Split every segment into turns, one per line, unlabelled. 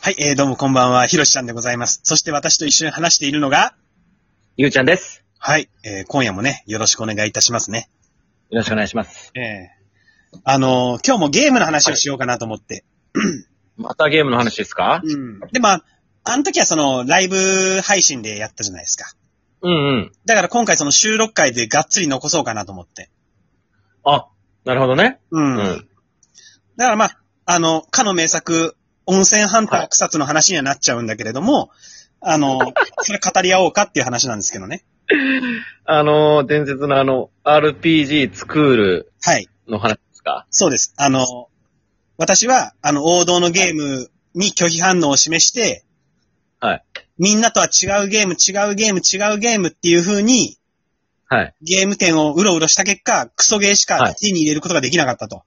はい、えー、どうもこんばんは、ひろしちゃんでございます。そして私と一緒に話しているのが、
ゆうちゃんです。
はい、えー、今夜もね、よろしくお願いいたしますね。
よろしくお願いします。
ええあのー今日もゲームの話をしようかなと思って。
またゲームの話ですか
うん。で、まあ、あの時はその、ライブ配信でやったじゃないですか。
うんうん。
だから今回その収録会でがっつり残そうかなと思って。
あ、なるほどね。う
うん。
ん。
だからまあ、あの、かの名作、温泉ハンター草津の話にはなっちゃうんだけれども、あの、それ語り合おうかっていう話なんですけどね。
あのー、伝説のあの、RPG スクール
はい。
の話ですか
そうです。あの、私は、あの、王道のゲームに拒否反応を示して、
はい。
みんなとは違うゲーム、違うゲーム、違うゲームっていう風に、
はい。
ゲーム店をうろうろした結果、クソゲーし
は
か
い
手に入れることができなかったと。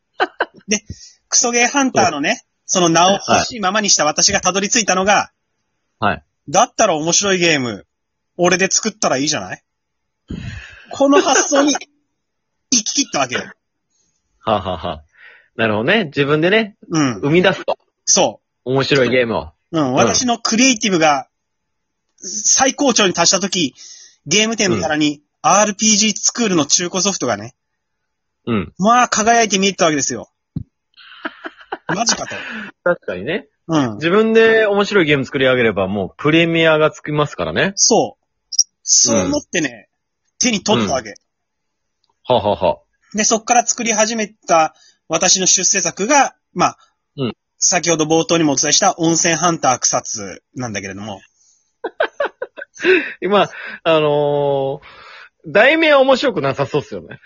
で、クソゲーハンターのね、その名を欲しいままにした私がたどり着いたのが、
はい。
だったら面白いゲーム、俺で作ったらいいじゃないこの発想に、行き切ったわけよ。
はあ、はあはあ、なるほどね。自分でね、
うん。
生み出すと。
そう。
面白いゲームを。
うん、私のクリエイティブが最高潮に達したとき、ゲーム店の棚に RPG スクールの中古ソフトがね、
うん。
まあ輝いて見えてたわけですよ。マジかと。
確かにね。
うん。
自分で面白いゲーム作り上げれば、もうプレミアがつきますからね。
そう。そう思ってね、手に取ったわけ。
はあ、はあはあ、
で、そっから作り始めた私の出世作が、まあ、
うん
先ほど冒頭にもお伝えした温泉ハンター草津なんだけれども、
今、あのー、題名は面白くなさそうっすよね。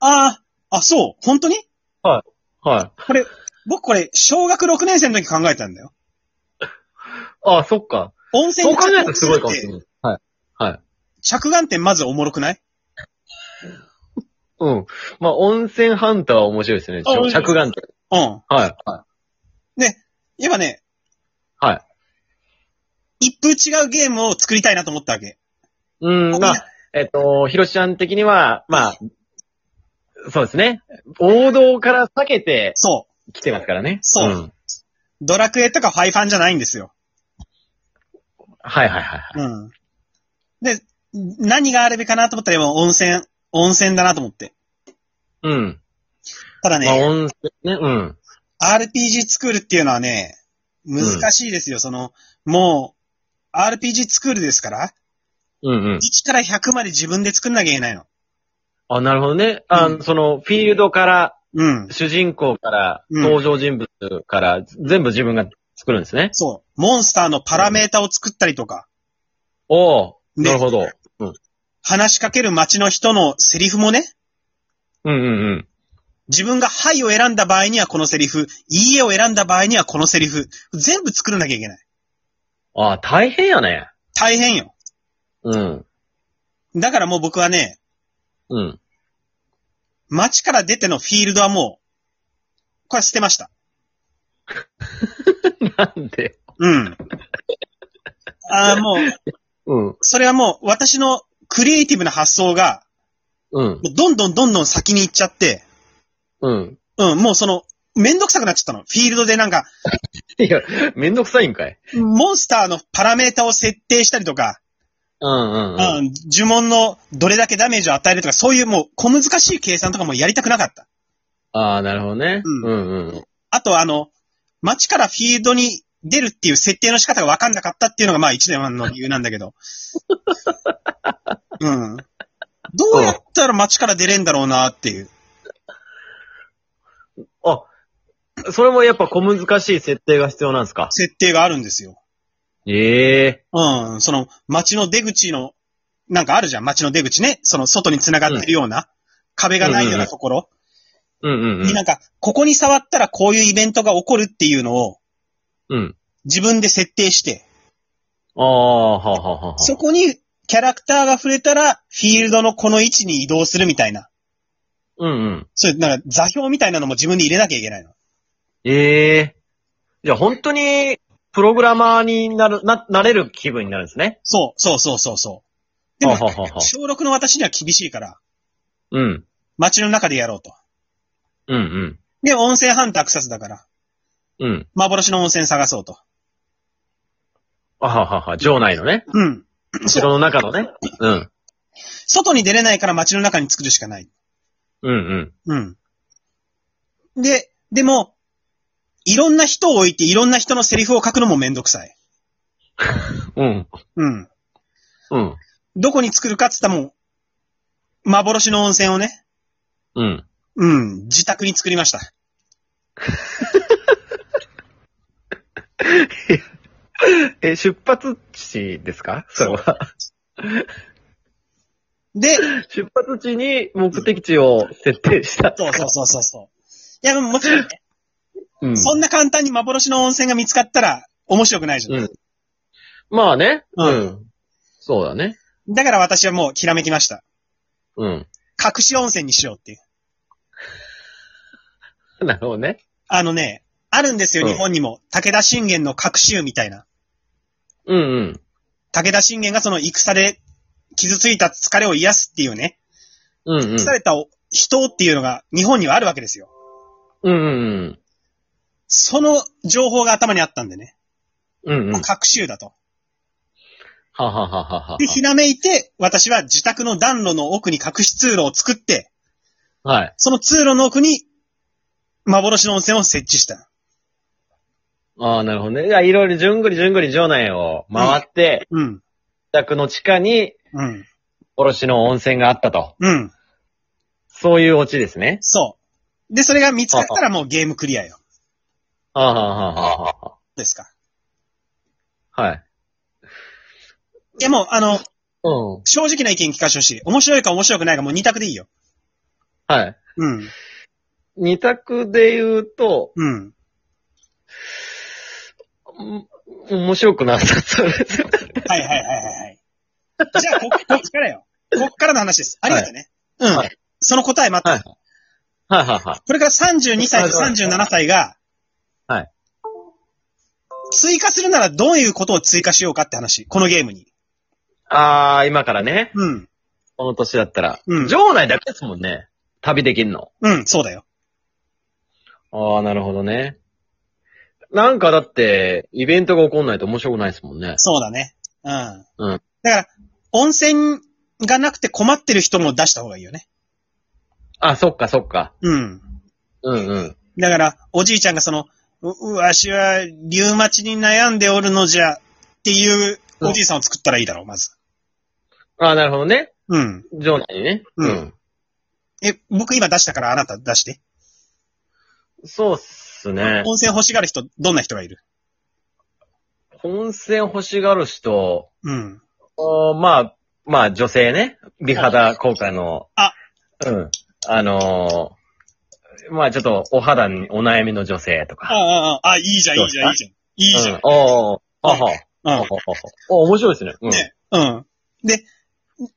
ああ、あ、そう、本当に
は
これ、僕これ、小学6年生の時考えたんだよ。
い。あ、そっか。
温泉
そう
に
考
着
えた
眼
らすごいかもしれない。はい。はい。
着眼点まずおもろくない
うん。まあ、温泉ハンターは面白いですね。
あ面白い
着眼点。
うん。
はい。は
やっぱね、
い。はい。
一風違うゲームを作りたいなと思ったわけ。
うん、まあ、えっ、と、ひろしちゃん的には、まあ、そうですね。王道から避けて
そう。
きてますからね。。
そうんドラクエとかファイファンじゃないんですよ。
はいはいはい。
うん。で、何があるべかなと思ったら、やっぱ温泉、温泉だなと思って。
うん。
ただ
まあ、
ね、
温泉ね、うん。
RPG スクールっていうのはね、難しいですよ。その、もう、RPG スクールですから、
うんうん。
1から100まで自分で作んなきゃいけないの。
あ、なるほどね。あ、
うん
その、フィールドから、
うん。
主人公から、
うん
登場人物から、全部自分が作るんですね。
そう。モンスターのパラメータを作ったりとか、
おお
ね
なるほど。
話しかける街の人のセリフもね、
うんうんうん。
自分がはいを選んだ場合にはこのセリフ、いいえを選んだ場合にはこのセリフ、全部作らなきゃいけない。
ああ、大変やね。
大変よ。
うん。
だからもう僕はね、
うん。
街から出てのフィールドはもう、これ捨てました。
なんで
うん。ああ、もう、
うん。
それはもう私のクリエイティブな発想が、
うん。
もうどんどんどんどん先に行っちゃって、
うん。
うん、もうその、めんどくさくなっちゃったの。フィールドでなんか、
いや、めんどくさいんかい。
モンスターのパラメータを設定したりとか、
うんうんうん。
うん、呪文のどれだけダメージを与えるとか、そういうもう小難しい計算とかもやりたくなかった。
ああ、なるほどね。
うん
うんうん。
あとはあの、街からフィールドに出るっていう設定の仕方が分かんなかったっていうのがまあ一年の理由なんだけ ど。うん。どうやったら街から出れんだろうなっていう。
あ、それもやっぱ小難しい設定が必要なんですか
設定があるんですよ。
ええ
うん。その街の出口の、なんかあるじゃん。街の出口ね。その外に繋がってるような、壁がないようなところ
うんうん
になんか、ここに触ったらこういうイベントが起こるっていうのを
うん。うん。
自分で設定して、
ああ、はあはあはあはあ。
そこにキャラクターが触れたら、フィールドのこの位置に移動するみたいな。
うんうん。
そういう、なんか座標みたいなのも自分で入れなきゃいけないの。
ええじゃあ本当に、プログラマーになる、な、なれる気分になるんですね。
そう、そうそうそうそう。でも
はあ、はあはあはあ
小6の私には厳しいから、
うん。
街の中でやろうと。
うんうん。
で、音声ハンター草津だから。
うん。
幻の温泉探そうと。
あははは、城内の ね。
うん。
城の中のね。うん。
外に出れないから街の中に作るしかない。
うんうん。
うん。で、でも、いろんな人を置いていろんな人のセリフを書くのもめんどくさい。
うん。
うん。
うん。
どこに作るかっつったらもう、幻の温泉をね、
うん。
うん、自宅に作りました。
え、出発地ですかそれは。
で、
出発地に目的地を設定した。
そうそうそうそうそう。いや、でももちろんね、
うん。
そんな簡単に幻の温泉が見つかったら面白くないじゃん。
うんまあね。
うん
ん。そうだね。
だから私はもうひらめきました。
うん。
隠し温泉にしようっていう。
なるほどね。
あのね、あるんですよ、
うん
日本にも。武田信玄の隠し湯みたいな。
うんうん。
武田信玄がその戦で傷ついた疲れを癒すっていうね、
うんうん。
疲れた人っていうのが日本にはあるわけですよ。
うんうん
その情報が頭にあったんでね、
うん。うんうん。は
各州だと。
はははは
で、ひらめいて、私は自宅の暖炉の奥に隠し通路を作って、
は。はい。
その通路の奥に幻の温泉を設置した。
ああ、なるほどね。いや、いろいろ、じゅんぐりじゅんぐり城内を回って、
うん、
自宅の地下に、
うん、
おろしの温泉があったと。
うん、
そういうオチですね。
そう。で、それが見つかったらもうゲームクリアよ。
ああ、はあ、はあ、はあは
ですか。
あ。はい。
いや、もう、あの、
うん。
正直な意見聞かせてほしい。面白いか面白くないかもう二択でいいよ。
はい。
うん、
二択で言うと、
うん。
うん面白くなさそうです。
はいはいはいはいはい。じゃあ、こ、こっからよ。こっからの話です。ありがとうね。うん、
はい
その答え待ってる。
はいはいはい。
これから32歳と37歳が、
はい。
追加するならどういうことを追加しようかって話。このゲームに。
ああ、今からね、
うん。
この年だったら。
うん
城内だけですもんね。旅できるの。
うん、そうだよ。
ああ、なるほどね。なんかだって、イベントが起こんないと面白くないですもんね。
そうだね。うん。
うん。
だから、温泉がなくて困ってる人も出した方がいいよね。
あ、そっかそっか。
うん。
うんうん。
だから、おじいちゃんがその、う、うわしは、リュウマチに悩んでおるのじゃ、っていうおじいさんを作ったらいいだろう、まず。
ああ、なるほどね。
うん。
城内にね。
うんえ、僕今出したからあなた出して。
そうっすね。
温泉欲しがる人、どんな人がいる
温泉欲しがる人、
うん。
おまあ、まあ女性ね。美肌効果の。
あ
うん。あのーまあちょっとお肌にお悩みの女性と
あ
か。
あ、ああ、いいじゃん、いいじゃん、いいじゃん。いいじゃん。
うん。おーあは。あは
う
あ、面白いですね。うん
ん。。ね。うん。で、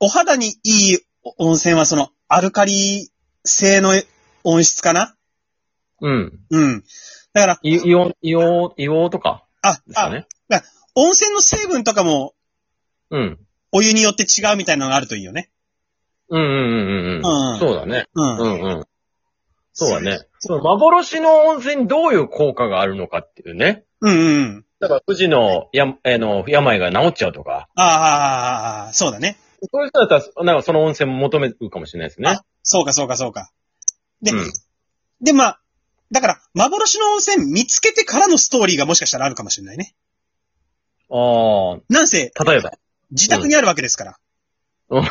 お肌にいい温泉はその、アルカリ性の温室かな
うん。
うん。だから、
い、硫黄、硫黄、硫黄とか
あ、
ですか
あ、
ね。
温泉の成分とかも、
うん。
お湯によって違うみたいなのがあるといいよね。
うんうんうんうん。
うん
そうだね。
う。
うんんうん。そうだね。その幻の温泉にどういう効果があるのかっていうね。
うんうん。
だから、富士のや、えの、病が治っちゃうとか。
ああ、そうだね。
そういう人だったら、なんかその温泉求めるかもしれないですね
あ。そうか、そうか、そうか。で、
うん
で、まあ、だから、幻の温泉見つけてからのストーリーがもしかしたらあるかもしれないね。
あ
なんせ、
あ、例えば。
自宅にあるわけですから。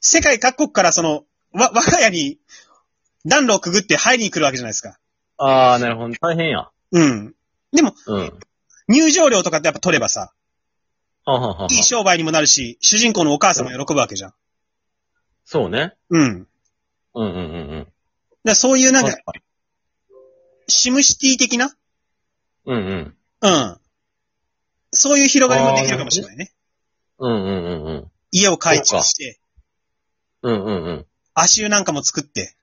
世界各国からその、わ、我が家に暖炉をくぐって入りに来るわけじゃないですか。
ああ、なるほど。大変や。
うん。でも、
うん。
入場料とかってやっぱ取ればさ、
はははい
い商売にもなるし、主人公のお母さんも喜ぶわけじゃん。
そうね。
うん。だか
うんうんうんうん。
らそういうなんか、
確かに
シムシティ的な
うんうん。
うん。そういう広がりもできるかもしれないね。
うんうんうんうん。
家を改築して、
うんうんうん。
足湯なんかも作って、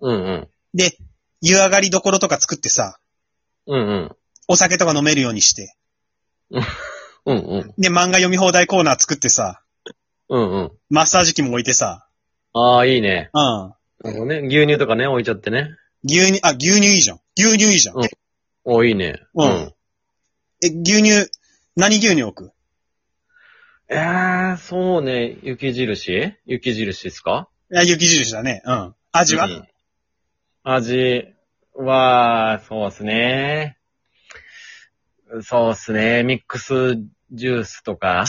うんうん。
で、湯上がりどころとか作ってさ、
うんうん。
お酒とか飲めるようにして、
うんうん。
で、漫画読み放題コーナー作ってさ、
うんうん。
マッサージ機も置いてさ、
ああ、いいね。
うん。
なるほどね。牛乳とかね、置いちゃってね。
牛乳、あ、牛乳いいじゃん。牛乳いいじゃん。
うんお、いいね。
うん。え、牛乳、何牛乳置く
えー、そうね、雪印雪印ですか
いや、雪印だね。うん。味は、
うん味は、そうですね。そうですね。ミックスジュース とか、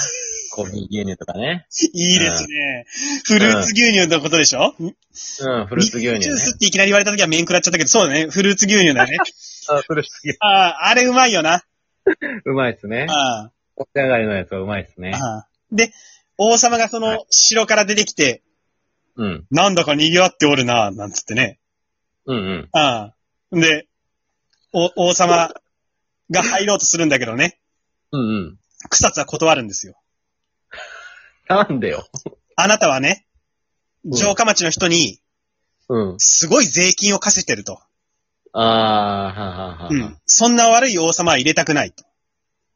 コーヒー牛乳とかね。
いいですね。フルーツ牛乳のことでしょ、
うん、フルーツ牛乳
ジュー。
ね
スっていきなり言われた時は面食らっちゃったけど、そうだね。フルーツ牛乳だ ね。
あフルーツ牛
ああ、あれうまいよな。
乳。うまいっすね。
あ
お手上がりのやつはうまいっすね
あ。ああで、王様がそ
は
の城から出てきて、
うん。
なんだか賑わっておるな、なんつってね。
うんうん。
ああ。で、お王様が入ろうとするんだけどね、
うんうん。
草津は断るんですよ。
なんでよ。
あなたはね、
ん
城下町の人に、
うん。
すごい税金を課せてると。
あー、はははは。
うん。そんな悪い王様は入れたくないと。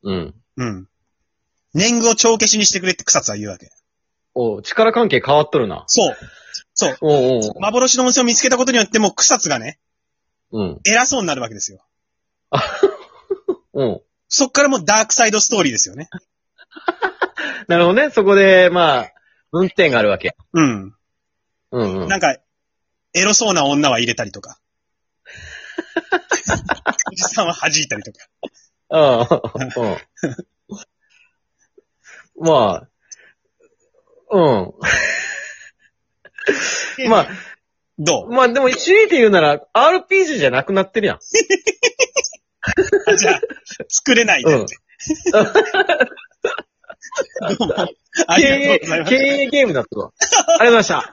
うん。
うん。年貢を帳消しにしてくれって草津は言うわけ。
お、力関係変わっとるな。
そう。そう。
おうおう
幻の温泉を見つけたことによってもう草津がね、
うん。
偉そうになるわけですよ。
うん。
そっからもうダークサイドストーリーですよね。
なるほどね。そこで、まあ、分岐点があるわけ。
うん。
うんうん。
なんか、エロそうな女は入れたりとか。おじさんは弾いたりとか。
ああ、うん。 まあ、うん。まあ、
どう
まあでも強いて言うなら RPG じゃなくなってるやん。
あじゃあ、作れないで。
うん。
どうも。あ
経
りがとうご
営、
ざいます
経営ゲームだったぞ。ありがとうございました。